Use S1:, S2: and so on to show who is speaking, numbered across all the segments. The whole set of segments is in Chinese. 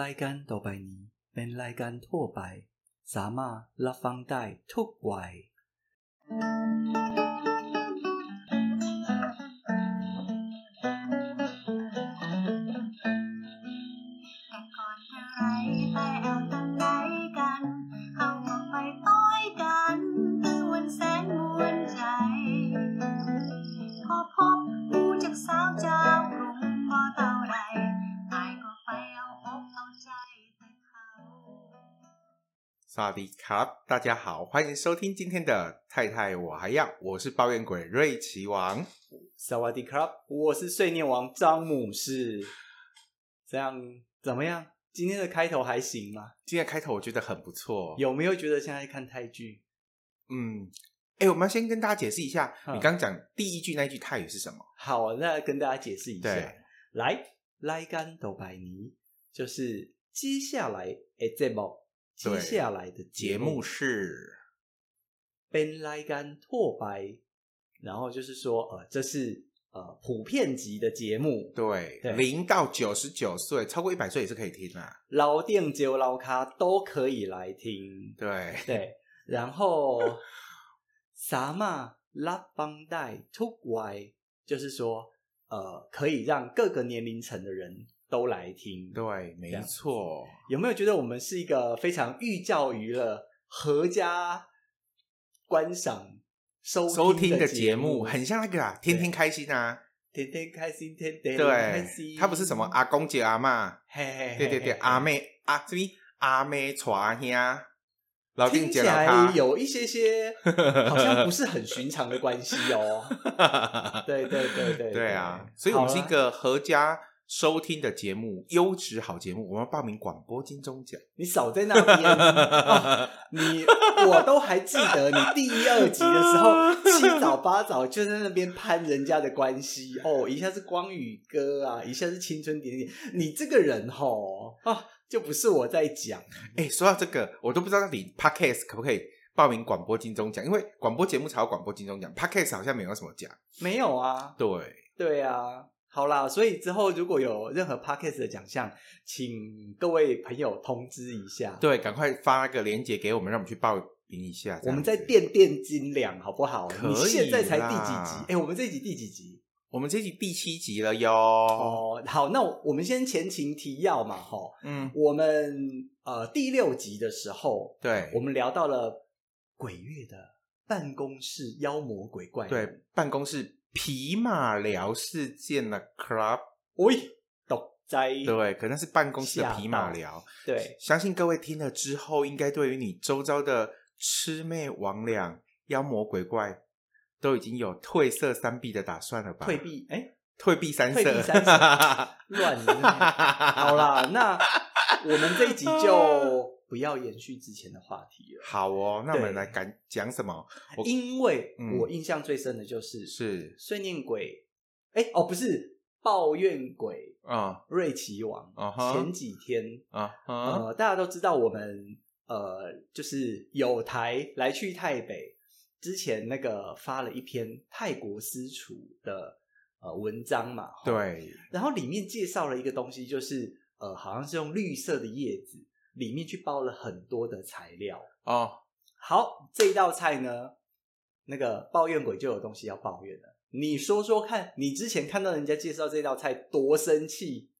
S1: รายการต่อไปนี้เป็นรายการทั่วไป สามารถรับฟังได้ทุกวัย
S2: แต่ก่อนจะไรไปแอลตังไหนกัน เอามาไปต้อยกันตื่นวันแสนมวนใจ พอพบผู้จากสาวเจ้ากรุงบ่เต่าไรตายก็ไปเอาอกเอาใจแต่เขา
S3: 萨迪卡，大家好，欢迎收听今天的《太太我还要》，我是抱怨鬼瑞奇王。
S1: 萨瓦迪卡，我是碎念王张姆士。这样怎么样？今天的开头还行吗？
S3: 今天开头我觉得很不错，，哦
S1: 有没有觉得现在看泰剧？
S3: 嗯，哎，我们要先跟大家解释一下，
S1: 嗯
S3: 你刚讲第一句那一句泰语是什么？
S1: 好，那跟大家解释一下
S3: 对，
S1: 来，来干斗白尼就是接下来诶节目，接
S3: 对
S1: 下来的
S3: 节
S1: 节
S3: 目
S1: 目
S3: 是，
S1: ben 来干拓白，然后就是说呃，这是呃普遍级的节目，
S3: 对
S1: 对，
S3: 零到九十九岁，超过一百岁也是可以听啊。
S1: 老店酒老咖都可以来听，
S3: 对，
S1: 对，然 后啥嘛拉帮带 t o 就是说呃可以让各个年龄层的人都来听，
S3: 对，没
S1: 样
S3: 错，
S1: 有没有觉得我们是一个非常寓教于乐、合家观赏、收
S3: 收
S1: 听
S3: 听的
S1: 节
S3: 节目很像那个啊，天天开心啊。
S1: 天天开心，天天开
S3: 对
S1: 心。，
S3: 他不是什么，阿公姐阿妈，
S1: 嘿嘿嘿，
S3: 对对对，
S1: 嘿
S3: 阿，妹阿这边阿妹传兄，老
S1: 听
S3: 丁
S1: 起
S3: 姐老
S1: 来
S3: 他，
S1: 有一些些好像不是很寻常的关系 哦。对对对对
S3: 对啊，所以我们是一
S1: 好啦
S3: 个合家收听的节目，优质好节目，我们要报名广播金钟 奖。哎
S1: 你少在那边。哦你我都还记得你第一二集的时候，七早八早就在那边攀人家的关系哦，一下是光宇哥啊，一下是青春点点，你这个人吼啊，就不是我在讲，
S3: 哎，说到这个，我都不知道到底 podcast 可不可以报名广播金钟奖，因为广播节目才有广播金钟奖，podcast 好像没有什么奖。
S1: 没有啊，
S3: 对，
S1: 对啊。好啦，所以之后如果有任何 podcast 的奖项，请各位朋友通知一下。，
S3: 对，赶快发那个链接给我们，让我们去报名一下。这
S1: 我
S3: 样
S1: 们再
S3: 子
S1: 垫垫斤两，好不好？
S3: 可以
S1: 你现在才第几集
S3: 啦？
S1: 哎，我们这集第几集？
S3: 我们这集第七集了哟。
S1: 哦，好，那我们先前情提要嘛，哈，
S3: 嗯，
S1: 我们呃第六集的时候，
S3: 对，
S1: 我们聊到了鬼月的办公室妖魔鬼怪，
S3: 对，办公室匹马聊事件的 club，
S1: 喂，懂在
S3: 对，可能是办公室
S1: 吓
S3: 的匹马
S1: 到
S3: 聊。
S1: 对
S3: 相信各位听了之后，应该对于你周遭的魑魅魍魉、妖魔鬼怪，都已经有褪色三避的打算了吧？
S1: 退避，哎，
S3: 退避三舍，
S1: 退避三舍乱了， 好
S3: 好，
S1: 啦，那我们这一集就不要延续之前的话题了，
S3: 好哦，那我
S1: 对
S3: 们来讲讲什么？我
S1: 因为
S3: 嗯
S1: 我印象最深的就是
S3: 是，
S1: 碎念鬼，哎，哦，不是抱怨鬼。
S3: 嗯
S1: 瑞奇王、
S3: 啊哈
S1: 前几天，
S3: 啊哈，
S1: 呃，大家都知道我们呃，就是有台来去台北之前那个发了一篇泰国私厨的呃文章嘛，齁，
S3: 对，
S1: 然后里面介绍了一个东西，就是呃，好像是用绿色的叶子里面去包了很多的材料。
S3: 哦，
S1: 好，这一道菜呢，那个抱怨鬼就有东西要抱怨了。你说说看，你之前看到人家介绍这道菜多生气？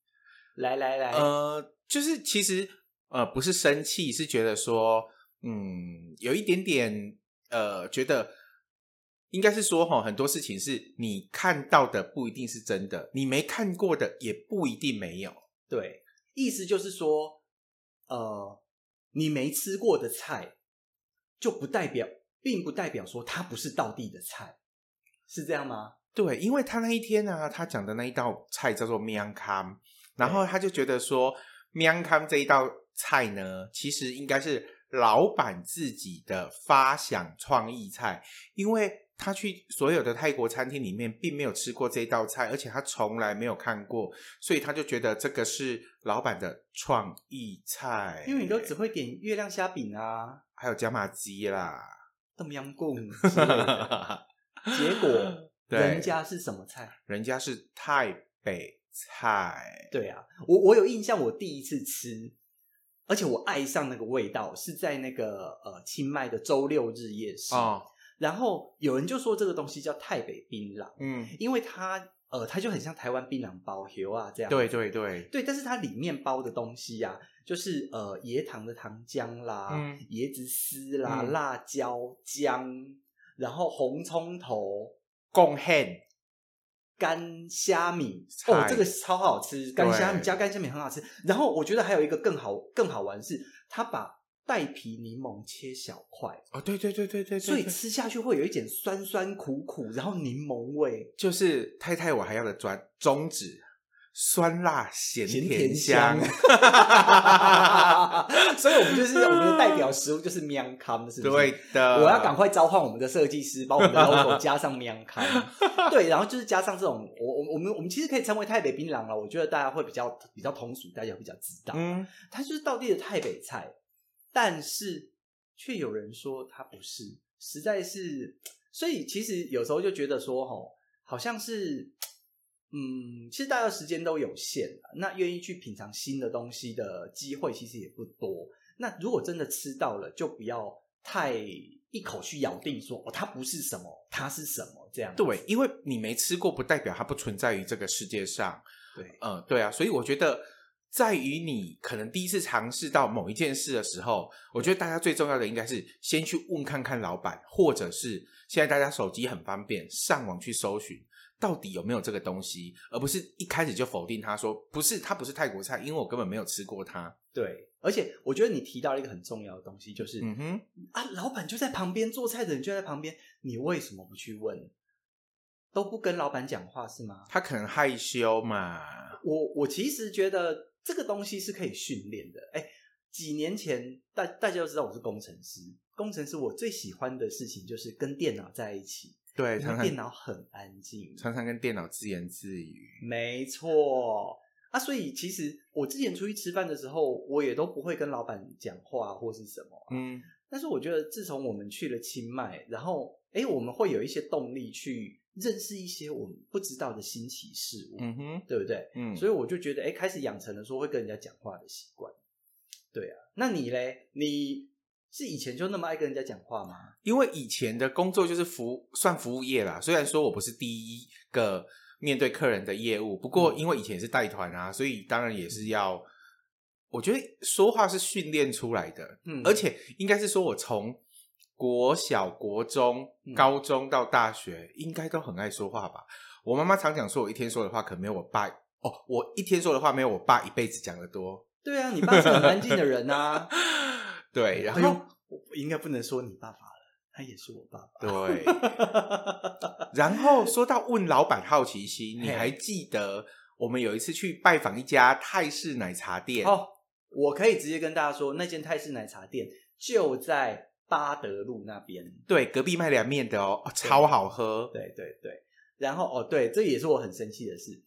S1: 来来来，
S3: 呃，就是其实呃不是生气，是觉得说，嗯，有一点点呃，觉得应该是说哈，很多事情是你看到的不一定是真的，你没看过的也不一定没有。
S1: 对，意思就是说，呃，你没吃过的菜，就不代表，并不代表说它不是道地的菜，是这样吗？
S3: 对，因为他那一天呢、他讲的那一道菜叫做喵康，然后他就觉得说，喵康这一道菜呢，其实应该是老板自己的发想创意菜，因为他去所有的泰国餐厅里面并没有吃过这一道菜，而且他从来没有看过，所以他就觉得这个是老板的创意菜，
S1: 因为你都只会点月亮虾饼啊、
S3: 还有加马鸡 啦，
S1: 豆苗贡 之类的，结果
S3: 对
S1: 人家是什么菜？
S3: 人家是泰北菜，
S1: 对啊，我我有印象，我第一次吃，而且我爱上那个味道是在那个呃清迈的周六日夜市。
S3: 哦，
S1: 然后有人就说这个东西叫台北槟榔，
S3: 嗯，
S1: 因为它呃它就很像台湾槟榔包油啊这样。
S3: 对对对，
S1: 对，但是它里面包的东西呀、啊，就是呃椰糖的糖浆啦，
S3: 嗯
S1: 椰子丝啦，
S3: 嗯
S1: 辣椒姜，然后红葱头。
S3: 贡献
S1: 干虾米哦
S3: 菜，
S1: 这个超好吃，干虾米
S3: 对
S1: 加干虾米很好吃。然后我觉得还有一个更好更好玩是，它把带皮柠檬切小块，
S3: 哦，对对对对对对，
S1: 所以
S3: 对
S1: 吃下去会有一点酸酸苦苦，然后柠檬 味。
S3: 就是太太我还要的专宗旨，酸辣咸
S1: 咸
S3: 甜
S1: 甜香所以我们就是我们的代表食物就是喵康，是不是？
S3: 对呃的，
S1: 我要赶快召唤我们的设计师，把我们的 logo 加上喵康，对，然后就是加上这种，我我我们我们其实可以称为台北槟榔了，我觉得大家会比较比较通俗，大家会比较知道。
S3: 嗯，
S1: 它就是道地的台北菜，但是却有人说它不是，实在是，所以其实有时候就觉得说，吼，好像是，嗯，其实大家时间都有限啊那愿意去品尝新的东西的机会其实也不多。那如果真的吃到了，就不要太一口去咬定说，哦，它不是什么，它是什么这样。
S3: 对，因为你没吃过，不代表它不存在于这个世界上。
S1: 对，
S3: 嗯，对啊，所以我觉得在于你可能第一次尝试到某一件事的时候，我觉得大家最重要的应该是先去问看看老板，或者是现在大家手机很方便，上网去搜寻到底有没有这个东西，而不是一开始就否定他说不是，它不是泰国菜，因为我根本没有吃过它。
S1: 对，而且我觉得你提到了一个很重要的东西，就是，
S3: 嗯哼，
S1: 啊，老板就在旁边，做菜的人就在旁边，你为什么不去问？都不跟老板讲话是吗？
S3: 他可能害羞嘛。
S1: 我我其实觉得这个东西是可以训练的。哎，几年前大大家都知道我是工程师，工程师我最喜欢的事情就是跟电脑在一起，
S3: 对，
S1: 因
S3: 常
S1: 为
S3: 常
S1: 电脑很安静。
S3: 常常跟电脑自言自语。
S1: 没错啊，所以其实我之前出去吃饭的时候，我也都不会跟老板讲话或是什么啊、
S3: 嗯，
S1: 但是我觉得，自从我们去了清迈，然后诶，我们会有一些动力去认识一些我们不知道的新奇事物，
S3: 嗯哼，
S1: 对不对？
S3: 嗯，
S1: 所以我就觉得，诶，开始养成了说会跟人家讲话的习惯。对啊，那你嘞？你是以前就那么爱跟人家讲话吗？
S3: 因为以前的工作就是服算服务业啦，虽然说我不是第一个面对客人的业务，不过
S1: 嗯
S3: 因为以前也是带团啊，所以当然也是要，我觉得说话是训练出来的，
S1: 嗯
S3: 而且应该是说我从国小、国中
S1: 嗯、
S3: 高中到大学，应该都很爱说话吧。我妈妈常讲说，我一天说的话可能没有我爸哦，我一天说的话没有我爸一辈子讲的多。
S1: 对啊，你爸是很安静的人 啊。
S3: 对，然
S1: 哎
S3: 后
S1: 呦，我应该不能说你爸爸了，他也是我爸爸。
S3: 对， 然后说到问老板好奇心，你
S1: 嘿
S3: 还记得我们有一次去拜访一家泰式奶茶店？
S1: 哦，我可以直接跟大家说，那间泰式奶茶店就在巴德路那边。
S3: 对，隔壁卖凉面的哦，哦超好喝。
S1: 对对对，然后哦，对，这也是我很生气的事。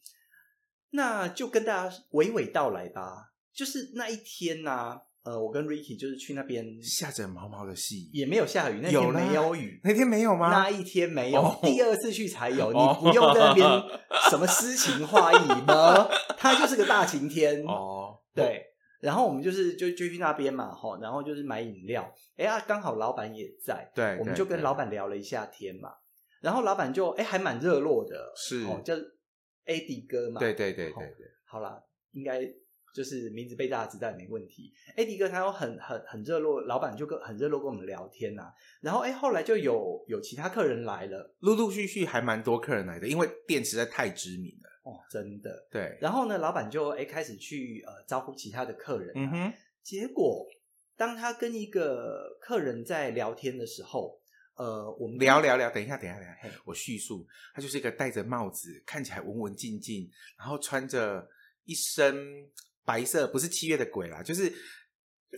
S1: 那就跟大家娓娓道来吧。就是那一天呢、呃，我跟 Ricky 就是去那边，
S3: 下着毛毛的细，
S1: 也没有下雨，那
S3: 有
S1: 天
S3: 啦
S1: 没有雨，
S3: 那天没有吗
S1: 那？一天没有，
S3: 哦
S1: 第二次去才有。
S3: 哦
S1: 你不用在那 边什么诗情画意吗？它就是个大晴天
S3: 哦，
S1: 对，然后我们就是就就去那边嘛，吼，然后就是买饮料。哎呀，刚好老板也在，
S3: 对
S1: 我们
S3: 对
S1: 就跟
S3: 对
S1: 老板聊了一下天嘛。然后老板就哎还蛮热络的，
S3: 是
S1: 哦，叫 AD 哥嘛。
S3: 对对对
S1: 好
S3: 对对，
S1: 好啦，应该就是名字被大家知道也没问题。a d 哥他又很很很热络，老板就跟很热络跟我们聊天呐、然后哎后来就有有其他客人来了，
S3: 陆陆续续还蛮多客人来的，因为店实在太知名了。
S1: 哦，真的。
S3: 对，
S1: 然后呢，老板就哎开始去呃招呼其他的客人、啊，
S3: 嗯哼，
S1: 结果，当他跟一个客人在聊天的时候，呃，我们
S3: 聊聊聊，等一下，等一下，等一下
S1: 嘿，
S3: 我叙述，他就是一个戴着帽子，看起来文文静静，然后穿着一身白色，不是七月的鬼啦，就是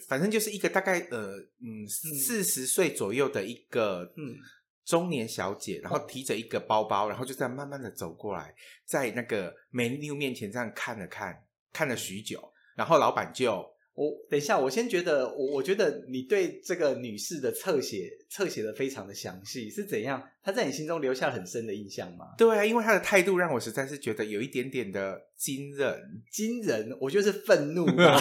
S3: 反正就是一个大概呃嗯四十岁左右的一个
S1: 嗯
S3: 中年小姐，然后提着一个包包，然后就这样慢慢的走过来，在那个 menu 面前这样看了看，看了许久，然后老板就
S1: 我等一下，我先觉得，我我觉得你对这个女士的侧写侧写的非常的详细，是怎样？她在你心中留下很深的印象吗？
S3: 对啊，因为他的态度让我实在是觉得有一点点的惊人，
S1: 惊人，我就是愤怒 啊！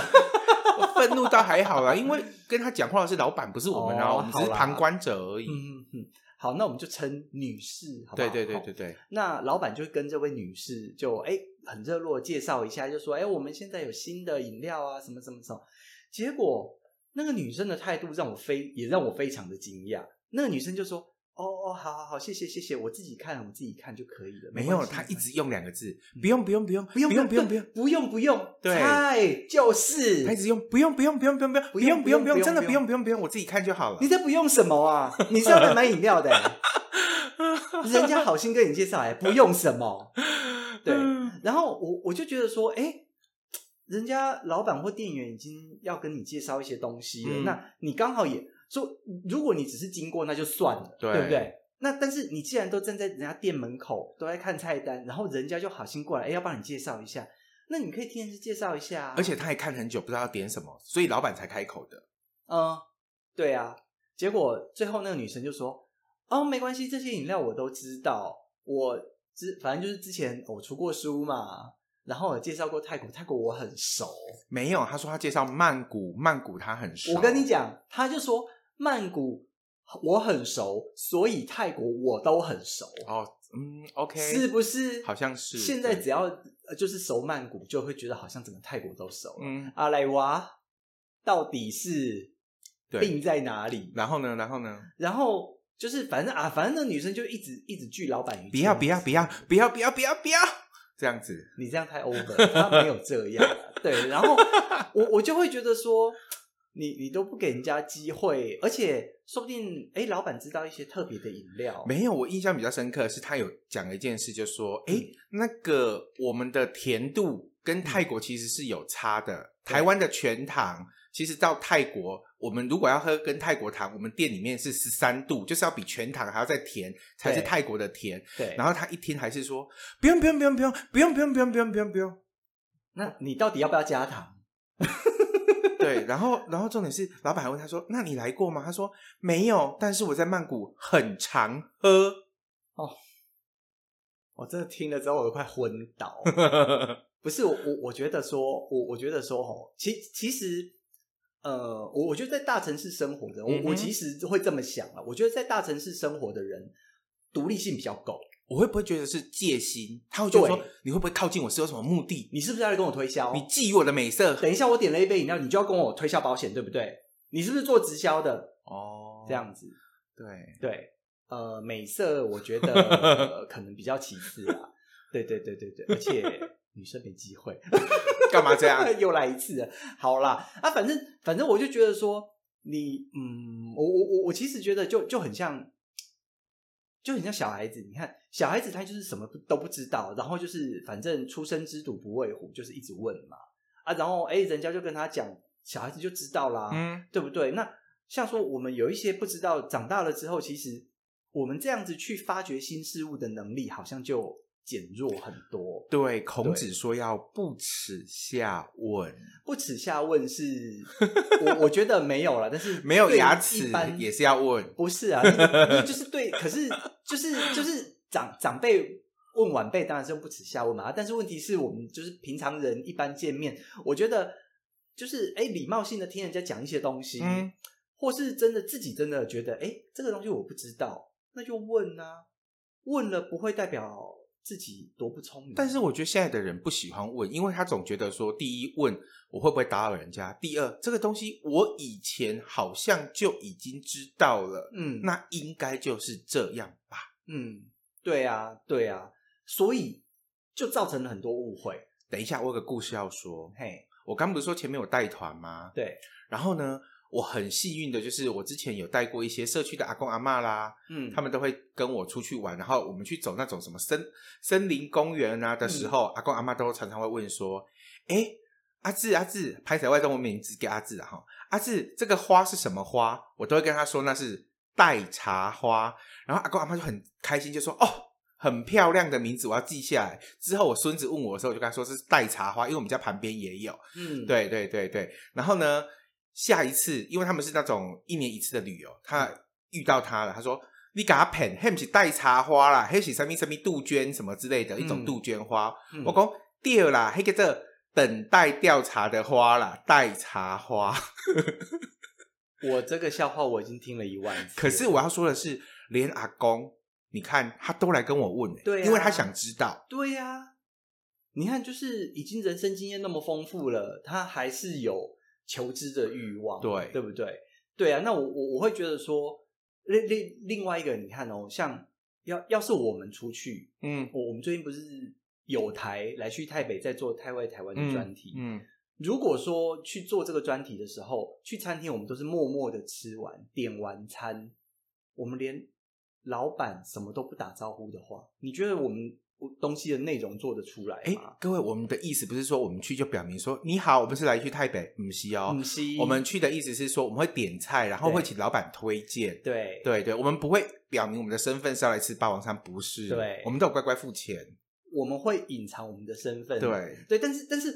S3: 我愤怒倒还好啦，因为跟他讲话的是老板，不是我们啊，
S1: 哦
S3: 我们只是
S1: 好啦
S3: 旁观者而已。
S1: 嗯嗯嗯，好，那我们就称女士，好不
S3: 对
S1: 好？
S3: 对对
S1: 好
S3: 对对，
S1: 那老板就跟这位女士就哎、很热络地介绍一下，就说哎、我们现在有新的饮料啊，什么什么什么。结果那个女生的态度让我非也让我非常的惊讶。那个女生就说：“哦哦，好好好，谢谢谢谢，我自己看我自己看就可以了。
S3: 没
S1: 关
S3: 有，
S1: 系
S3: 他
S1: 没
S3: 一
S1: 关
S3: 直
S1: 系
S3: 用两个字，不用不用不用
S1: 不用
S3: 不用不用不用，
S1: 不用不用，
S3: 对
S1: 菜就是
S3: 他一直用不用不用不用不用不用不用不用，真的不用不用不用，我自己看就好了
S1: 你。在不用什么啊？你是要来买饮料的、欸 人家好心跟你介绍、哎，不用什么。对， 然后我我就觉得说，哎、人家老板或店员已经要跟你介绍一些东西了，
S3: 嗯
S1: 那你刚好也说，如果你只是经过，那就算了，
S3: 对
S1: 不对？那但是你既然都站在人家店门口，都在看菜单，然后人家就好心过来，哎、要帮你介绍一下，那你可以听人家介绍一下、啊，
S3: 而且他还看很久，不知道要点什么，所以老板才开口的。
S1: 嗯，对啊。结果最后那个女生就说：“哦，没关系，这些饮料我都知道，我之反正就是之前我出过书嘛，然后我介绍过泰国，泰国我很熟。
S3: 没有，他说他介绍曼谷，曼谷他很熟。
S1: 我跟你，讲，她就说曼谷我很熟，所以泰国我都很熟，
S3: 哦，嗯，OK，
S1: 是不是？
S3: 好像是
S1: 现在
S3: 对
S1: 只要呃就是熟曼谷，就会觉得好像整个泰国都熟了。
S3: 嗯，
S1: 阿莱娃到底是
S3: 对
S1: 病在哪里？
S3: 然后呢，然后呢？
S1: 然后就是反正啊，反正那女生就一直一直拒老板于
S3: 不要
S1: 千
S3: 不要
S1: 里
S3: 不要不要不要不要不要这样子，
S1: 你这样太 over，她没有这样啊、对，然后我我就会觉得说，你你都不给人家机会，而且说不定哎，老板知道一些特别的饮料，
S3: 没有。我印象比较深刻的是他有讲了一件事，就说
S1: 嗯
S3: 哎、诶那个我们的甜度跟泰国其实是有差的，
S1: 对
S3: 台湾的全糖。其实到泰国，我们如果要喝跟泰国糖，我们店里面是十三度，就是要比全糖还要再甜，才是
S1: 对
S3: 泰国的甜。
S1: 对，
S3: 然
S1: 后
S3: 后他一听还是说不用不用不用不用不用不用不用不用不用不用，
S1: 那你到底要不要加糖？
S3: 对，然后然后重点是，老板还问他说：“那你来过吗？”他说：“没有，但是我在曼谷很常喝。
S1: 我真的听了之后，我都快昏倒。不是我，我我觉得说，我我觉得说，吼，其其实，呃，我我觉得在大城市生活的，我、
S3: 嗯哼
S1: 我其实会这么想啊。我觉得在大城市生活的人，独立性比较够。”
S3: 我会不会觉得是戒心？他会觉得说
S1: 对：“哦
S3: 你会不会靠近我是有什么目的？
S1: 你是不是要来跟我推销？
S3: 你觊觎我的美色
S1: 等一下，我点了一杯饮料，你就要跟我推销保险，对不对？你是不是做直销的？？”
S3: 哦
S1: 这样子，
S3: 对，
S1: 对，呃，美色我觉得、呃 可能比较其次啊。对对对对对，而且女生没机会。
S3: 干嘛这样？
S1: 又来一次了，好啦，啊，反正反正我就觉得说，你嗯，我我我我其实觉得就就很像，就很像小孩子。你看，小孩子他就是什么都不知道，然后就是反正初生之犊不畏虎，就是一直问嘛啊，然后哎、人家就跟他讲，小孩子就知道啦，
S3: 嗯，
S1: 对不对？那像说我们有一些不知道，长大了之后，其实我们这样子去发掘新事物的能力，好像就减弱很多。
S3: 对，孔子说要不耻下问，
S1: 不耻下问是，我我觉得没有了，但是
S3: 没有
S1: 对
S3: 牙
S1: 一
S3: 齿
S1: 般
S3: 也是要问。
S1: 不是啊，那个那个就是对，可是就是就是长长辈问晚辈当然是用不耻下问嘛，啊但是问题是我们就是平常人一般见面，我觉得就是哎礼貌性的听人家讲一些东西，
S3: 嗯
S1: 或是真的自己真的觉得哎这个东西我不知道，那就问啊，问了不会代表自己多不聪明，
S3: 但是我觉得现在的人不喜欢问，因为他总觉得说，第一问我会不会打扰人家，第二这个东西我以前好像就已经知道了，
S1: 嗯
S3: 那应该就是这样吧？
S1: 嗯，对啊，对啊，所以就造成了很多误会。
S3: 等一下，我有个故事要说。
S1: 嘿，
S3: 我刚不是说前面有带团吗？
S1: 对，
S3: 然后呢，我很幸运的就是我之前有带过一些社区的阿公阿嬷啦，
S1: 嗯，
S3: 他们都会跟我出去玩，然后我们去走那种什么森森林公园啊的
S1: 嗯
S3: 时候，阿公阿妈都常常会问说：“哎，阿志阿志，拍起外中文名字给阿志啊哈，阿志这个花是什么花？”我都会跟他说那是代茶花，然后阿公阿妈就很开心，就说：“哦，很漂亮的名字，我要记下来。之后我孙子问我的时候，我就跟他说是带茶花，因为我们家旁边也有。
S1: 嗯，
S3: 对对对对，然后呢，下一次，因为他们是那种一年一次的旅游，他
S1: 嗯
S3: 遇到他了，他说：“你给他骗，那不是带茶花啦，那是什么什么杜鹃什么之类的一种
S1: 嗯
S3: 杜鹃花。
S1: 嗯，
S3: 我讲对啦，那个这等待调查的花啦，待 茶花。
S1: 我这个笑话我已经听了一万次，
S3: 可是我要说的是，连阿公，你看他都来跟我问、欸，
S1: 对啊
S3: 因为他想知道。
S1: 对呀、你看，就是已经人生经验那么丰富了，他还是有求知的欲望，
S3: 对
S1: 对不对？对啊，那我我我会觉得说，另另另外一个，你看哦，像要要是我们出去，
S3: 嗯
S1: 我我们最近不是有台来去台北在做台外台湾的
S3: 嗯，
S1: 专题，
S3: 嗯
S1: 如果说去做这个专题的时候，去餐厅我们都是默默的吃完，点完餐，我们连老板什么都不打招呼的话，你觉得我们东西的内容做得出来
S3: 哎、
S1: 吗？
S3: 各位，我们的意思不是说我们去就表明说你好，我们是来去台北，不是哦，
S1: 嗯是
S3: 我们去的意思是说我们会点菜，然后
S1: 对
S3: 会请老板推荐。
S1: 对
S3: 对对，我们不会表明我们的身份是要来吃霸王餐，不是？
S1: 对
S3: 我们都有乖乖付钱。
S1: 我们会隐藏我们的身份，
S3: 对，
S1: 对，但是但是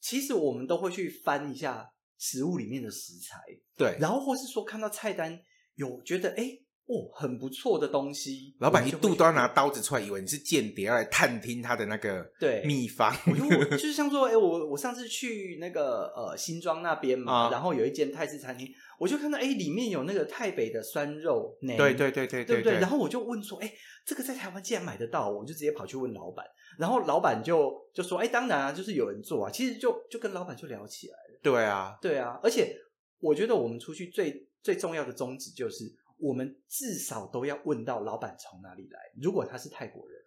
S1: 其实我们都会去翻一下食物里面的食材，
S3: 对，
S1: 然后或是说看到菜单有觉得哎。诶哦，很不错的东西，
S3: 老板一啊
S1: 我们就会
S3: 度
S1: 去
S3: 都要拿刀子出来，以为你是间谍，要来探听他的那个
S1: 对
S3: 秘方。
S1: 我就 就是像说，哎、我我上次去那个呃新庄那边嘛，
S3: 啊
S1: 然后有一间泰式餐厅，我就看到哎、里面有那个台北的酸肉呢，
S3: 对对对对
S1: 对不
S3: 对，
S1: 然后我就问说，哎、这个在台湾竟然买得到，我就直接跑去问老板，然后老板就就说，哎、当然啊，就是有人做啊，其实就就跟老板就聊起来了，
S3: 对啊，
S1: 对啊，而且我觉得我们出去最最重要的宗旨就是。我们至少都要问到老板从哪里来。如果他是泰国人，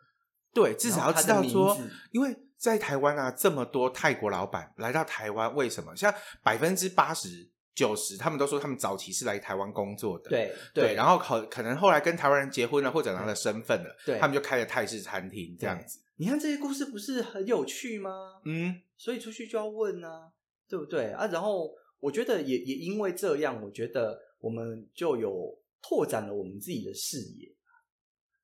S3: 对，至少
S1: 然后
S3: 要
S1: 他
S3: 知
S1: 的
S3: 道
S1: 名
S3: 说
S1: 字，
S3: 因为在台湾啊，这么多泰国老板来到台湾，为什么？像百分之八十、九十，他们都说他们早期是来台湾工作的。
S1: 对
S3: 对，然后可可能后来跟台湾人结婚了，或者拿了身份了，
S1: 对
S3: 他们就开了泰式餐厅这样子。
S1: 你看这些故事不是很有趣吗？
S3: 嗯，
S1: 所以出去就要问啊，对不对啊？然后我觉得也也因为这样，我觉得我们就有拓展了我们自己的视野。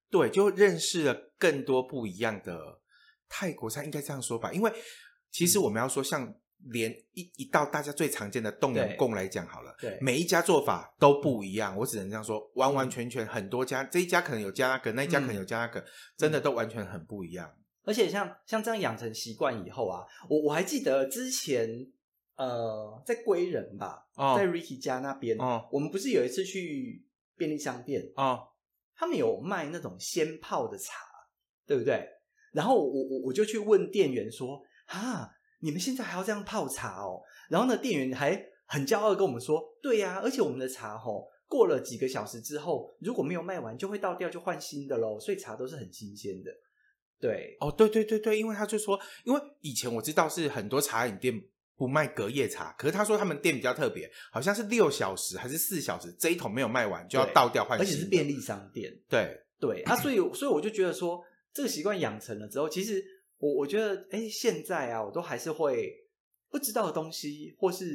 S3: 对，就认识了更多不一样的泰国菜，应该这样说吧。因为其实我们要说，像连一一道大家最常见的冻
S1: 对
S3: 阳贡来讲好了。
S1: 对，
S3: 每一家做法都不一样，我只能这样说，完完全全很多家，这一家可能有加那个，那一家可能有加那个，真的都完全很不一样。
S1: 而且像像这样养成习惯以后啊，我我还记得之前呃在归仁吧，
S3: 哦
S1: 在 Ricky 家那边，
S3: 哦
S1: 我们不是有一次去便利商店，
S3: 哦，
S1: 他们有卖那种先泡的茶，对不对？然后我我我就去问店员说：“啊，你们现在还要这样泡茶哦？”然后呢，店员还很骄傲地跟我们说：“对呀、而且我们的茶吼、过了几个小时之后，如果没有卖完，就会倒掉，就换新的喽。所以茶都是很新鲜的。”对，
S3: 哦，对对对对，因为他就说，因为以前我知道是很多茶饮店不卖隔夜茶，可是他说他们店比较特别，好像是六小时还是四小时，这一桶没有卖完就要
S1: 对
S3: 倒掉换
S1: 而
S3: 新
S1: 且
S3: 的，
S1: 是便利商店。
S3: 对
S1: 对啊，所以所以我就觉得说，这个习惯养成了之后，其实我我觉得，哎，现在啊，我都还是会不知道的东西或是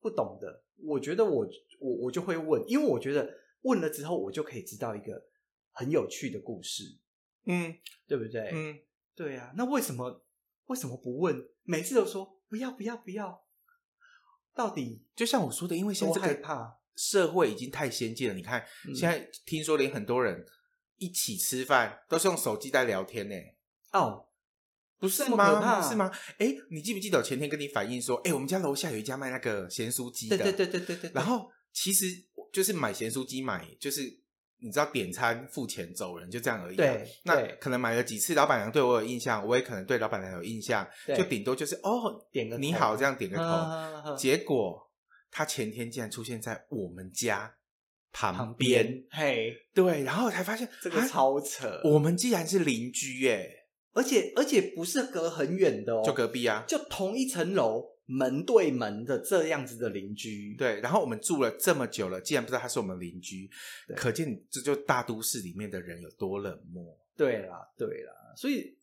S1: 不懂的，我觉得我我我就会问，因为我觉得问了之后，我就可以知道一个很有趣的故事，
S3: 嗯
S1: 对不对？
S3: 嗯，
S1: 对啊，那为什么为什么不问？每次都说不要不要不要，到底
S3: 就像我说的，因为现
S1: 多
S3: 在这
S1: 害
S3: 个
S1: 怕？
S3: 社会已经太先进了。你看，
S1: 嗯
S3: 现在听说连很多人一起吃饭都是用手机在聊天呢、
S1: 哦，
S3: 不是
S1: 这么可怕
S3: 吗？是吗？哎，你记不记得我前天跟你反映说，哎，我们家楼下有一家卖那个咸酥鸡的，
S1: 对对对对对对，
S3: 然后其实就是买咸酥鸡买，就是你知道点餐付钱走人就这样而已、啊。
S1: 对
S3: 那
S1: 对
S3: 可能买了几次，老板娘对我有印象，我也可能对老板娘有印象，
S1: 对
S3: 就顶多就是哦，
S1: 点个
S3: 你
S1: 头
S3: 好这样点个头。
S1: 啊
S3: 结果他前天竟然出现在我们家旁
S1: 旁
S3: 边，
S1: 边嘿。
S3: 对，然后才发现
S1: 这个
S3: 啊
S1: 超扯，
S3: 我们既然是邻居耶、
S1: 而且而且不是隔很远的哦，
S3: 就隔壁啊，
S1: 就同一层楼门对门的这样子的邻居，，
S3: 对，然后我们住了这么久了，竟然不知道他是我们邻居
S1: 对，
S3: 可见这就大都市里面的人有多冷漠。
S1: 对啦，对啦，所以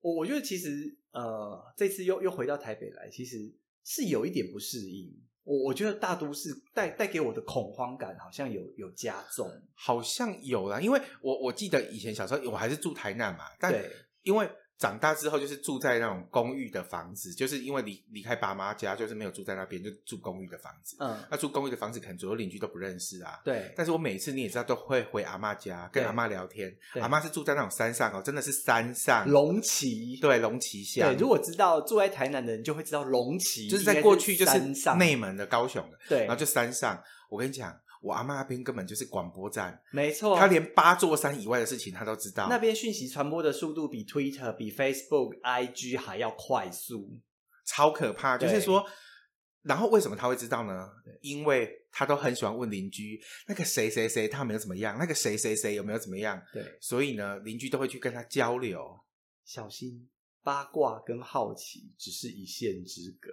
S1: 我我觉得其实呃，这次又又回到台北来，其实是有一点不适应，我我觉得大都市带带给我的恐慌感好像有有加重，
S3: 好像有啦，因为我我记得以前小时候我还是住台南嘛，但
S1: 对
S3: 因为长大之后就是住在那种公寓的房子，就是因为离离开爸妈家，就是没有住在那边，就住公寓的房子。
S1: 嗯，
S3: 那住公寓的房子，可能左右邻居都不认识啊。
S1: 对，
S3: 但是我每次你也知道，都会回阿妈家跟
S1: 对
S3: 阿妈聊天。
S1: 对
S3: 阿妈是住在那种山上哦，真的是山上，
S1: 龙旗，
S3: 对龙旗下
S1: 对，，如果知道住在台南的人就会知道龙旗，
S3: 就是在过去
S1: 应
S3: 就
S1: 该
S3: 是
S1: 山上
S3: 内门的高雄的，
S1: 对，
S3: 然后就山上。我跟你讲，我阿妈那边根本就是广播站，
S1: 没错，
S3: 她连八座山以外的事情她都知道。
S1: 哦那边讯息传播的速度比 Twitter、比 Facebook、IG 还要快速。
S3: 超可怕。就
S1: 对
S3: 是说，然后为什么他会知道呢？因为他都很喜欢问邻居，那个谁谁谁他没有怎么样，那个谁谁谁有没有怎么样，
S1: 对，
S3: 所以呢，邻居都会去跟他交流。
S1: 小心八卦跟好奇只是一线之 隔。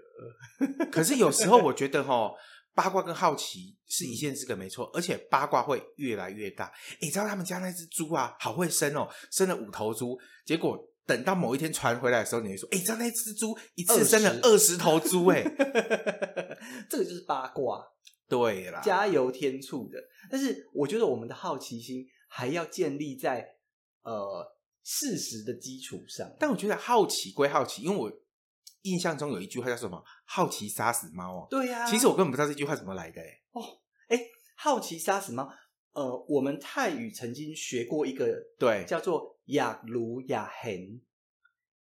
S3: 可是有时候我觉得哈。八卦跟好奇是一线之隔，没错，而且八卦会越来越大。诶你知道他们家那只猪啊，好会生哦，生了五头猪，结果等到某一天传回来的时候，你会说，诶你知道那只猪一次生了二十头猪、诶
S1: 这个就是八卦，
S3: 对啦，
S1: 加油添醋的。但是我觉得我们的好奇心还要建立在呃事实的基础上。
S3: 但我觉得好奇归好奇，因为我印象中有一句话叫什么“好奇杀死猫”哦。
S1: 对啊呀、
S3: 其实我根本不知道这句话怎么来的、欸，
S1: 好奇杀死猫。呃，我们泰语曾经学过一个
S3: 对，
S1: 叫做雅鲁雅恒，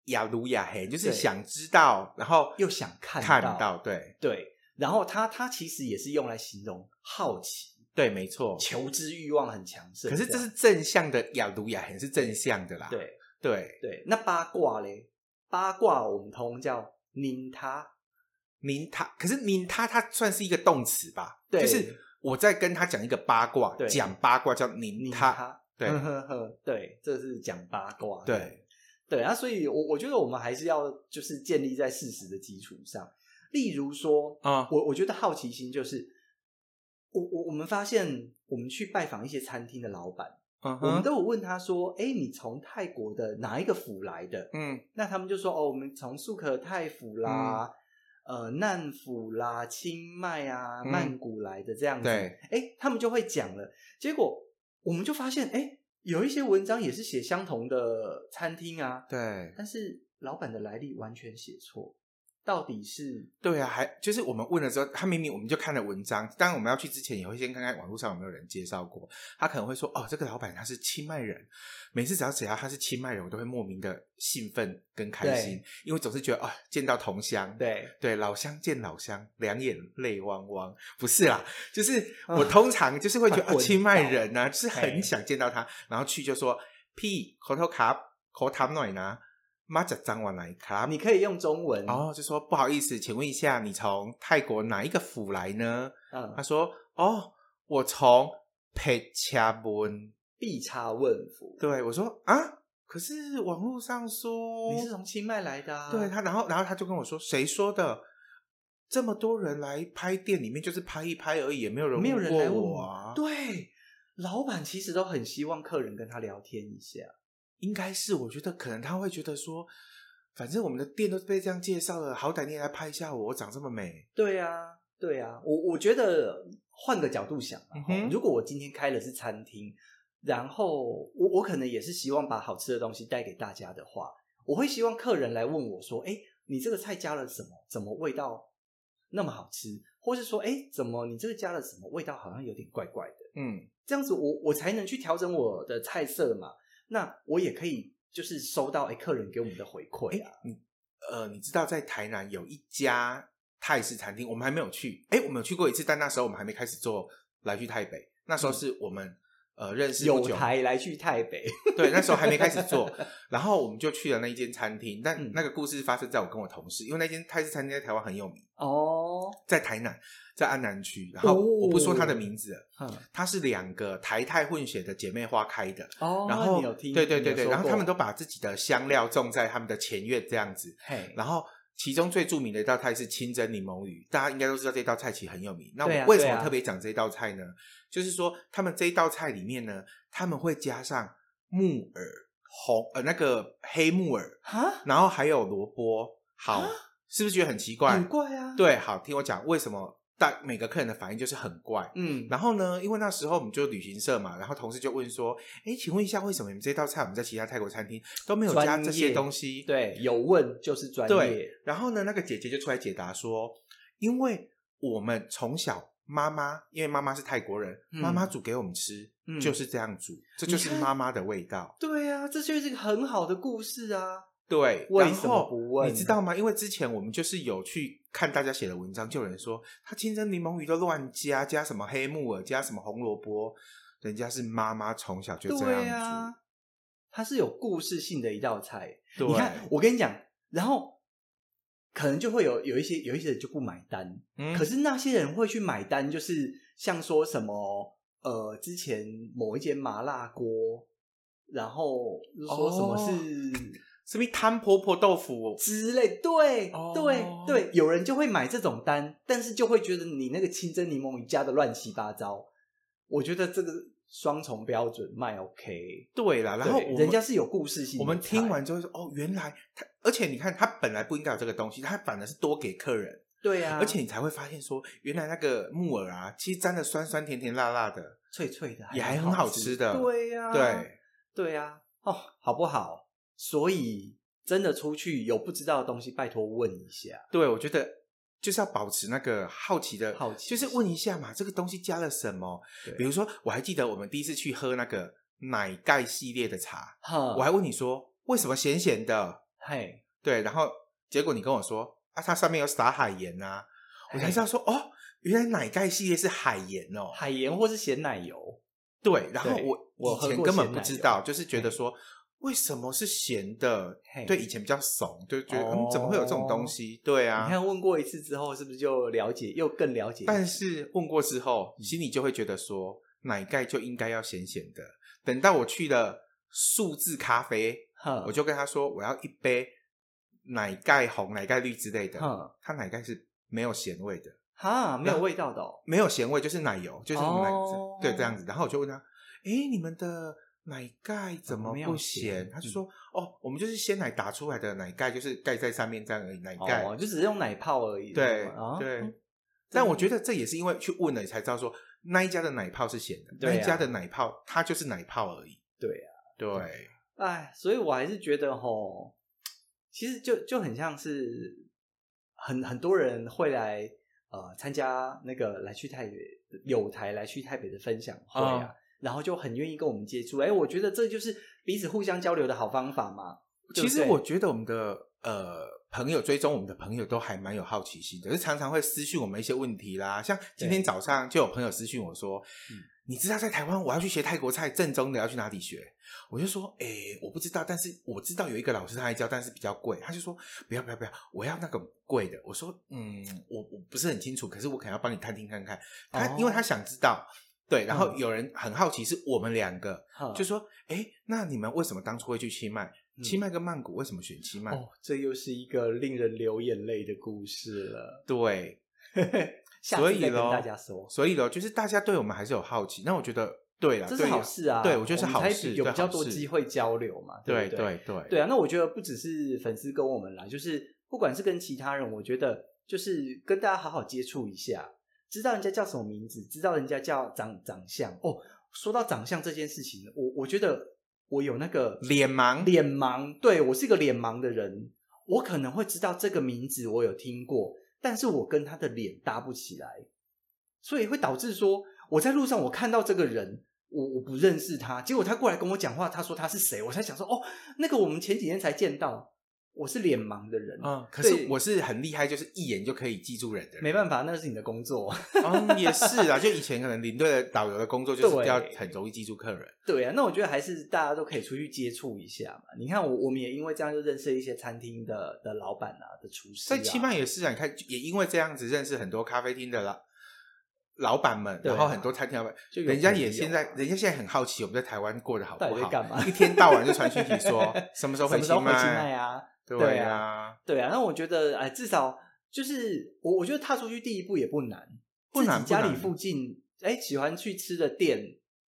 S3: 雅鲁雅黑，就是
S1: 对
S3: 想知道，然后
S1: 又想看
S3: 看
S1: 到
S3: 到，对
S1: 对，然后它它其实也是用来形容好奇、
S3: 对，没错。
S1: 求知欲望很强盛。
S3: 可是这是正向的雅鲁雅黑，是正向的啦，
S1: 对
S3: 对。
S1: 对，那八卦嘞？八卦我们通常叫拧它，
S3: 您他，可是您他，他算是一个动词吧？
S1: 对
S3: 就是我在跟他讲一个八卦，
S1: 对
S3: 讲八卦叫您
S1: 拧
S3: 他，
S1: 它，
S3: 对
S1: 呵呵呵，对，这是讲八卦。
S3: 对
S1: 对啊，所以我我觉得我们还是要就是建立在事实的基础上，例如说，
S3: 啊，
S1: 我我觉得好奇心就是，我我我们发现我们去拜访一些餐厅的老板，
S3: 嗯
S1: 我们
S3: 哼，
S1: 都有问他说，哎，你从泰国的哪一个府来的？
S3: 嗯
S1: 那他们就说哦，我们从素可泰府啦、呃难府啦、清迈啊、
S3: 嗯
S1: 曼谷来的这样子，
S3: 对
S1: 哎，他们就会讲了。结果我们就发现，哎，有一些文章也是写相同的餐厅啊，
S3: 对，
S1: 但是老板的来历完全写错，到底是
S3: 对啊，还就是我们问了之后，他明明我们就看了文章，当然我们要去之前也会先看看网络上有没有人介绍过。他可能会说：“哦，这个老板他是清迈人。”每次只要只要他是清迈人，我都会莫名的兴奋跟开心，因为总是觉得哦，见到同乡，
S1: 对
S3: 对老乡见老乡，两眼泪汪汪。不是啦，就是我通常就是会觉得、
S1: 啊
S3: 哦，清迈人呢、啊，就是
S1: 哎
S3: 很想见到他，然后去就说：“屁，口头卡口头奶呢，妈讲脏完来卡。”
S1: 你可以用中文
S3: 然后哦就说不好意思，请问一下，你从泰国哪一个府来呢？
S1: 嗯
S3: 他，说哦，我从佩恰文。
S1: 必差问府，
S3: 对我说啊，可是网络上说
S1: 你是从清迈来的、啊，
S3: 哦对他，然后然后他就跟我说，谁说的？这么多人来拍店里面，就是拍一拍而已，也没有人
S1: 没有人来
S3: 问
S1: 问
S3: 过我啊。，
S1: 对，老板其实都很希望客人跟他聊天一下。
S3: 应该是我觉得可能他会觉得说，反正我们的店都被这样介绍了，好歹你也来拍一下我，我长这么美。
S1: 对啊，对啊，我我觉得换个角度想啊、
S3: 嗯哼
S1: 如果我今天开的是餐厅，然后我我可能也是希望把好吃的东西带给大家的话，我会希望客人来问我说：“哎，你这个菜加了什么？怎么味道那么好吃？”或是说：“哎，怎么你这个加了什么？味道好像有点怪怪的。”
S3: 嗯，
S1: 这样子我我才能去调整我的菜色嘛。那我也可以就是收到哎、诶客人给我们的回馈啊。
S3: 呃，你知道在台南有一家泰式餐厅，我们还没有去，哎，我们有去过一次，但那时候我们还没开始做来去台北，那时候是我们、呃认识不
S1: 嗯有
S3: 久，
S1: 台来去台北，
S3: 对，那时候还没开始做，然后我们就去了那一间餐厅，但
S1: 嗯
S3: 那个故事发生在我跟我同事，因为那间泰式餐厅在台湾很有名，
S1: 哦，
S3: 在台南，在安南区，然后
S1: 哦
S3: 我不说它的名字了，
S1: 哼
S3: 它是两个台泰混血的姐妹花开的。
S1: 哦，
S3: 然后
S1: 你有听，
S3: 对对对
S1: 你有
S3: 对，
S1: 说
S3: 然后他们
S1: 过
S3: 都把自己的香料种在他们的前院这样子，
S1: 嘿，
S3: 然后其中最著名的一道菜是清蒸柠檬鱼，大家应该都知道这道菜其实很有名。那
S1: 对啊
S3: 我为什
S1: 对
S3: 么
S1: 啊
S3: 特别讲这道菜呢？就是说他们这一道菜里面呢，他们会加上木耳、红呃那个黑木耳，
S1: 哈，
S3: 然后还有萝卜，好，是不是觉得很奇怪
S1: 啊很？怪啊，
S3: 对，好，听我讲为什么大每个客人的反应就是很怪。
S1: 嗯，
S3: 然后呢，因为那时候我们就旅行社嘛，然后同事就问说：“哎，请问一下，为什么你们这道菜我们在其他泰国餐厅都没有加
S1: 专业
S3: 这些东西？”
S1: 对，有问就是专业
S3: 对，，然后呢，那个姐姐就出来解答说，因为我们从小妈妈，因为妈妈是泰国人，
S1: 嗯
S3: 妈妈煮给我们吃，
S1: 嗯
S3: 就是这样煮，这就是妈妈的味道。
S1: 对啊，这就是一个很好的故事啊。
S3: 对，
S1: 为
S3: 然
S1: 什么
S3: 后
S1: 不问
S3: 你知道吗？因为之前我们就是有去看大家写的文章，就有人说他清蒸柠檬鱼都乱加，加什么黑木耳，加什么红萝卜，人家是妈妈从小就这
S1: 对
S3: 样
S1: 啊，它是有故事性的一道菜。
S3: 煮。
S1: 你
S3: 对，
S1: 看，我跟你讲，然后可能就会有有一些有一些人就不买单，
S3: 嗯
S1: 可是那些人会去买单，就是像说什么呃，之前某一间麻辣锅，然后就说什么
S3: 哦
S1: 是
S3: 是不是汤婆婆豆腐？
S1: 之类，对、
S3: 哦
S1: 对对，有人就会买这种单，但是就会觉得你那个清蒸柠檬鱼加的乱七八糟。我觉得这个双重标准卖 OK，
S3: 对啦，然后
S1: 对
S3: 我
S1: 人
S3: 们
S1: 家是有故事性的菜，
S3: 我们听完之后说，哦，原来他，而且你看，他本来不应该有这个东西，他反而是多给客人，
S1: 对啊，
S3: 而且你才会发现说，原来那个木耳啊，其实沾的酸酸甜甜辣辣的，
S1: 脆脆的
S3: 也还
S1: 很
S3: 很好
S1: 吃
S3: 吃的
S1: 对呀、
S3: 对，
S1: 对呀、哦，好不好？所以真的出去有不知道的东西，拜托问一下。
S3: 对，我觉得就是要保持那个好奇的，
S1: 好奇
S3: 就是问一下嘛，这个东西加了什么？比
S1: 对，
S3: 如说，我还记得我们第一次去喝那个奶盖系列的茶，
S1: 哈
S3: 我还问你说为什么咸咸的？
S1: 嘿，
S3: 对，然后结果你跟我说啊，它上面有撒海盐啊，我才知道说哦，原来奶盖系列是海盐哦。
S1: 海盐或是咸奶油，
S3: 对，然后
S1: 对
S3: 我
S1: 我
S3: 以
S1: 喝
S3: 前
S1: 过
S3: 根本
S1: 咸
S3: 不
S1: 奶
S3: 知
S1: 油
S3: 道，就是觉得说为什么是咸的
S1: 嘿？
S3: 对，以前比较怂，就觉得、
S1: 哦
S3: 嗯，怎么会有这种东西？对
S1: 你
S3: 啊，
S1: 看问过一次之后，是不是就了解，又更了解？
S3: 但是问过之后，
S1: 嗯
S3: 心里就会觉得说奶盖就应该要咸咸的。等到我去了数字咖啡，
S1: 哈，
S3: 我就跟他说我要一杯奶盖红、奶盖绿之类的，
S1: 哼
S3: 它奶盖是没有咸味的，
S1: 哈没有味道的、哦，
S3: 没有咸味就是奶油，就是奶、
S1: 哦
S3: 对这样子。然后我就问他，诶，你们的奶盖怎么
S1: 哦没有
S3: 不
S1: 咸嗯
S3: 咸？他就说，哦，我们就是鲜奶打出来的奶盖，就是盖在上面这样而已，奶盖。
S1: 哦，就只是用奶泡而已。
S3: 对、
S1: 啊，
S3: 对
S1: 嗯。
S3: 但我觉得这也是因为去问了，你才知道说那一家的奶泡是咸的，
S1: 对啊
S3: 那一家的奶泡它就是奶泡而已。
S1: 对
S3: 啊，对，
S1: 哎，所以我还是觉得吼，其实就就很像是很很多人会来呃参加那个来去台北有台来去台北的分享会啊，
S3: 嗯
S1: 然后就很愿意跟我们接触。哎，我觉得这就是彼此互相交流的好方法嘛。对
S3: 其
S1: 不
S3: 实
S1: 对
S3: 我觉得我们的呃朋友追踪我们的朋友都还蛮有好奇心的，就是常常会私讯我们一些问题啦。像今天早上就有朋友私讯我说
S1: 嗯，
S3: 你知道在台湾我要去学泰国菜，正宗的要去哪里学？我就说，诶、我不知道，但是我知道有一个老师他还教，但是比较贵。他就说，不要不要不要，我要那个贵的。我说，嗯，我我不是很清楚，可是我可能要帮你探听看看。他、
S1: 哦
S3: 因为他想知道，对，然后
S1: 嗯
S3: 有人很好奇是我们两个，
S1: 哈
S3: 就说，哎，那你们为什么当初会去清迈？
S1: 嗯
S3: 清迈跟曼谷为什么选清迈？
S1: 哦，这又是一个令人流眼泪的故事了。
S3: 对，
S1: 下
S3: 所
S1: 次
S3: 以
S1: 再跟
S3: 咯
S1: 大家说，
S3: 所以呢，就是大家对我们还是有好奇。那我觉得，对了，
S1: 这是
S3: 对
S1: 好事啊。
S3: 对我觉得是
S1: 们
S3: 好
S1: 才
S3: 事，
S1: 有
S3: 对
S1: 比较
S3: 好
S1: 多
S3: 事
S1: 机会交流嘛。不
S3: 对
S1: 对
S3: 对对
S1: 对啊，那我觉得不只是粉丝跟我们啦，就是不管是跟其他人，我觉得就是跟大家好好接触一下，知道人家叫什么名字，知道人家叫长长相。哦，说到长相这件事情，我我觉得我有那个
S3: 脸盲
S1: 脸盲，对我是一个脸盲的人，我可能会知道这个名字，我有听过，但是我跟他的脸搭不起来，所以会导致说我在路上我看到这个人，我我不认识他，结果他过来跟我讲话，他说他是谁，我才想说哦，那个我们前几天才见到，我是脸盲的人，
S3: 嗯，可
S1: 对
S3: 是我是很厉害，就是一眼就可以记住人的人。
S1: 没办法，那是你的工作，
S3: 嗯，也是啊，就以前可能领队的导游的工作就是
S1: 对
S3: 要很容易记住客人。
S1: 对啊，那我觉得还是大家都可以出去接触一下嘛。你看我我们也因为这样就认识了一些餐厅的的老板啊的厨师、啊，
S3: 在清迈也是啊，你看，也因为这样子认识很多咖啡厅的老老板们，
S1: 对啊
S3: 然后很多餐厅老板，
S1: 就有
S3: 人家
S1: 朋
S3: 也
S1: 友
S3: 现在，人家现在很好奇我们在台湾过得好
S1: 到
S3: 不
S1: 底在
S3: 好，
S1: 干嘛
S3: 一天到晚就传讯息 说什么时候
S1: 什
S3: 回
S1: 么时候回清迈
S3: 迈，
S1: 啊？对
S3: 对啊，
S1: 对啊，那我觉得哎，至少就是我，我觉得踏出去第一步也不难，
S3: 不难
S1: 自己家
S3: 不
S1: 里
S3: 难
S1: 附近哎喜欢去吃的店，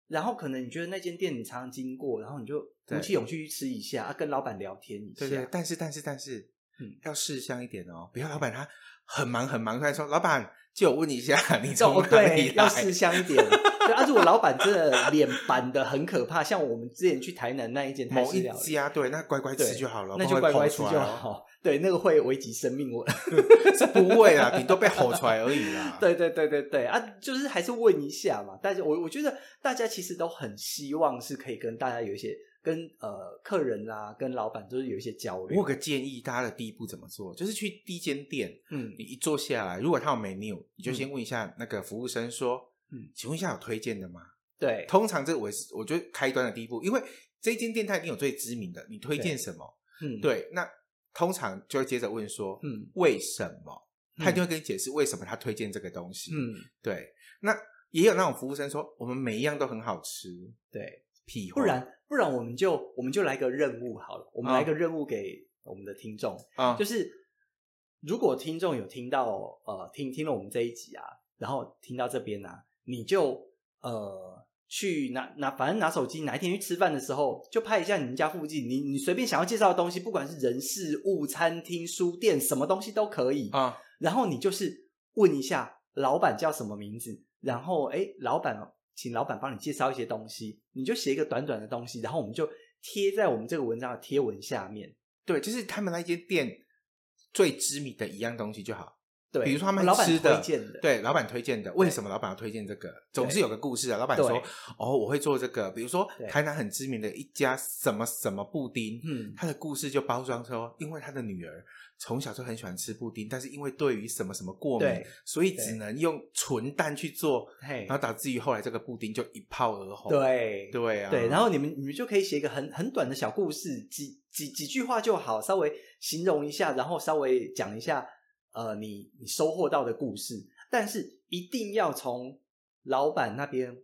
S1: 然后可能你觉得那间店你常常经过，然后你就鼓
S3: 对
S1: 起勇气去吃一下，啊、跟老板聊天一下。
S3: 对对，但是但是但是
S1: 啊嗯，
S3: 要事项一点哦，不要老板他很忙很忙，突然说老板就问一下你
S1: 这种
S3: 从
S1: 哦，
S3: 哪里
S1: 对，
S3: 来
S1: 要试香一点。对，而且我老板真的脸板的很可怕，像我们之前去台南那一间泰
S3: 某
S1: 式
S3: 一
S1: 料理，
S3: 家，对，那乖乖吃
S1: 对
S3: 就好了，
S1: 那
S3: 不
S1: 就乖
S3: 然会
S1: 乖
S3: 吼
S1: 吃
S3: 出来
S1: 就
S3: 哦。
S1: 好。对，那个会危及生命我。
S3: 是不会啦，顶多被吼出来而已啦。
S1: 对对对对对啊，就是还是问一下嘛。但是我我觉得大家其实都很希望是可以跟大家有一些跟呃客人啊、跟老板就是有一些交
S3: 我有
S1: 流。
S3: 个建议，大家的第一步怎么做？就是去第一间店，
S1: 嗯
S3: 你一坐下来，如果他有 menu，你就先问一下那个服务生说：“
S1: 嗯
S3: 请问一下有推荐的吗
S1: 对？”，
S3: 通常这我是我觉得开端的第一步，因为这间店它一定有最知名的，你推荐什么？
S1: 嗯
S3: 对，那通常就会接着问说：“
S1: 嗯
S3: 为什么？”他
S1: 嗯
S3: 就会跟你解释为什么他推荐这个东西。
S1: 嗯
S3: 对，那也有那种服务生说：“我们每一样都很好吃。
S1: 对，”
S3: 屁话，
S1: 不然不然我们就我们就来个任务好了，我们
S3: 啊
S1: 来个任务给我们的听众，
S3: 啊，
S1: 就是如果听众有听到呃听听了我们这一集啊，然后听到这边啊，你就呃去拿拿，反正拿手机，哪一天去吃饭的时候就拍一下你们家附近，你你随便想要介绍的东西，不管是人事物、餐厅、书店，什么东西都可以。
S3: 啊，
S1: 然后你就是问一下老板叫什么名字，然后哎，诶老板请老板帮你介绍一些东西，你就写一个短短的东西，然后我们就贴在我们这个文章的贴文下面。
S3: 对，就是他们那间店最知名的一样东西就好。
S1: 对，
S3: 比如说他们
S1: 老板
S3: 吃的
S1: 推荐的，
S3: 对，老板推荐的，为什么老板要推荐这个？总是有个故事啊。老板
S1: 对
S3: 说：“哦，我会做这个。”比如说
S1: 对
S3: 台南很知名的一家什么什么布丁，
S1: 嗯，
S3: 他的故事就包装说，因为他的女儿从小就很喜欢吃布丁，但是因为对于什么什么过敏
S1: 对，
S3: 所以
S1: 对
S3: 只能用纯蛋去做，
S1: 嘿
S3: 然，后导致于后来这个布丁就一炮而红。
S1: 对
S3: 对啊，
S1: 对，然后你们你们就可以写一个很很短的小故事，几几几句话就好，稍微形容一下，然后稍微讲一下，呃，你你收获到的故事，但是一定要从老板那边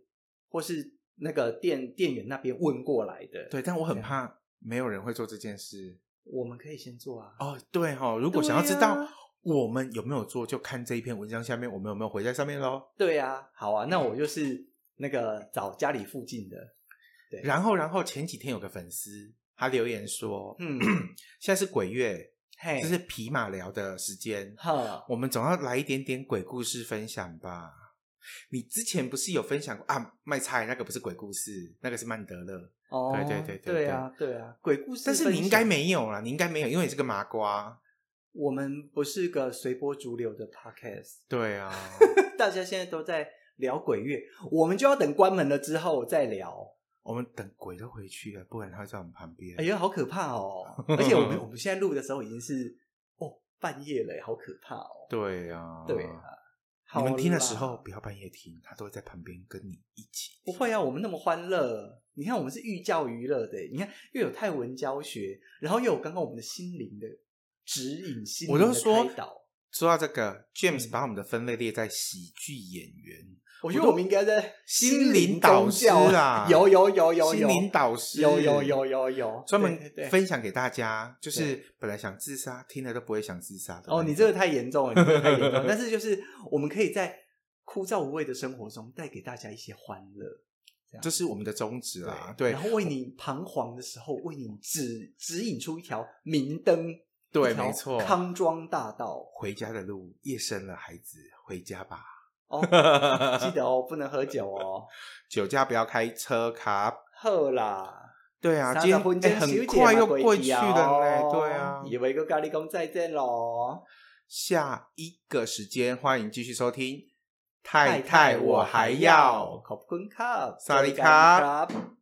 S1: 或是那个店店员那边问过来的。，
S3: 对，但我很怕没有人会做这件事。
S1: 我们可以先做啊。
S3: 哦，对哦，如果
S1: 对
S3: 想要知道
S1: 啊
S3: 我们有没有做，就看这一篇文章下面我们有没有回在上面喽。
S1: 对啊，好啊，那我就是那个找家里附近的，对
S3: 然后，然后前几天有个粉丝他留言说，
S1: 嗯，
S3: 现在是鬼月，
S1: 嘿，
S3: 就是匹马聊的时间，
S1: 哈，
S3: 我们总要来一点点鬼故事分享吧。你之前不是有分享过啊？卖菜那个不是鬼故事，那个是曼德勒，
S1: 哦，
S3: 对对对对
S1: 对啊，对啊，鬼故事
S3: 但
S1: 分享，
S3: 是你应该没有啦，你应该没有，因为你是个麻瓜。
S1: 我们不是个随波逐流的 podcast，
S3: 对啊，
S1: 大家现在都在聊鬼月，我们就要等关门了之后再聊。
S3: 我们等鬼都回去了，不然他会在我们旁边。
S1: 哎呀，好可怕哦！而且我 们我们现在录的时候已经是哦半夜了耶，好可怕哦。
S3: 对呀，
S1: 对啊，，好
S3: 哦你们听的
S1: 啦
S3: 时候不要半夜听，他都会在旁边跟你一起。
S1: 不会啊，我们那么欢乐。你看，我们是寓教于乐的耶，你看又有泰文教学，然后又有刚刚我们的心灵的指引，心
S3: 我
S1: 灵
S3: 都
S1: 的
S3: 说
S1: 开导。
S3: 说到这个
S1: 嗯
S3: ，James 把我们的分类列在喜剧演员、
S1: 我觉得我们应该在
S3: 心灵
S1: 灵
S3: 导
S1: 宗
S3: 师
S1: 教
S3: 啊，
S1: 有有有有有
S3: 心灵导师，
S1: 有有有有有
S3: 专
S1: 对
S3: 门
S1: 对
S3: 分享给大家，就是本来想自杀，听了都不会想自杀的。
S1: 哦，你这个太严重了，你这个太严重 了。但是就是我们可以在枯燥无味的生活中带给大家一些欢乐，
S3: 这是我们的宗旨啦，对
S1: 然后为你彷徨的时候，为你指指引出一条明灯，
S3: 对
S1: 一条
S3: 没错
S1: 康庄大道
S3: 回家的路，夜深了，孩子回家吧，
S1: 哦， 记得哦，不能喝酒哦，
S3: 酒驾不要开车卡。
S1: 喝啦。
S3: 对啊，
S1: 三
S3: 今
S1: 十
S3: 天
S1: 分钟
S3: 哎
S1: 小姐
S3: 很快又
S1: 嘛
S3: 过
S1: 鬼
S3: 去了呢，
S1: 桥
S3: 对啊，
S1: 以为跟咖喱公再见喽，
S3: 下一个时间，欢迎继续收听。太太，我还要。
S1: 考坤卡，
S3: 萨利卡
S1: 咖喱咖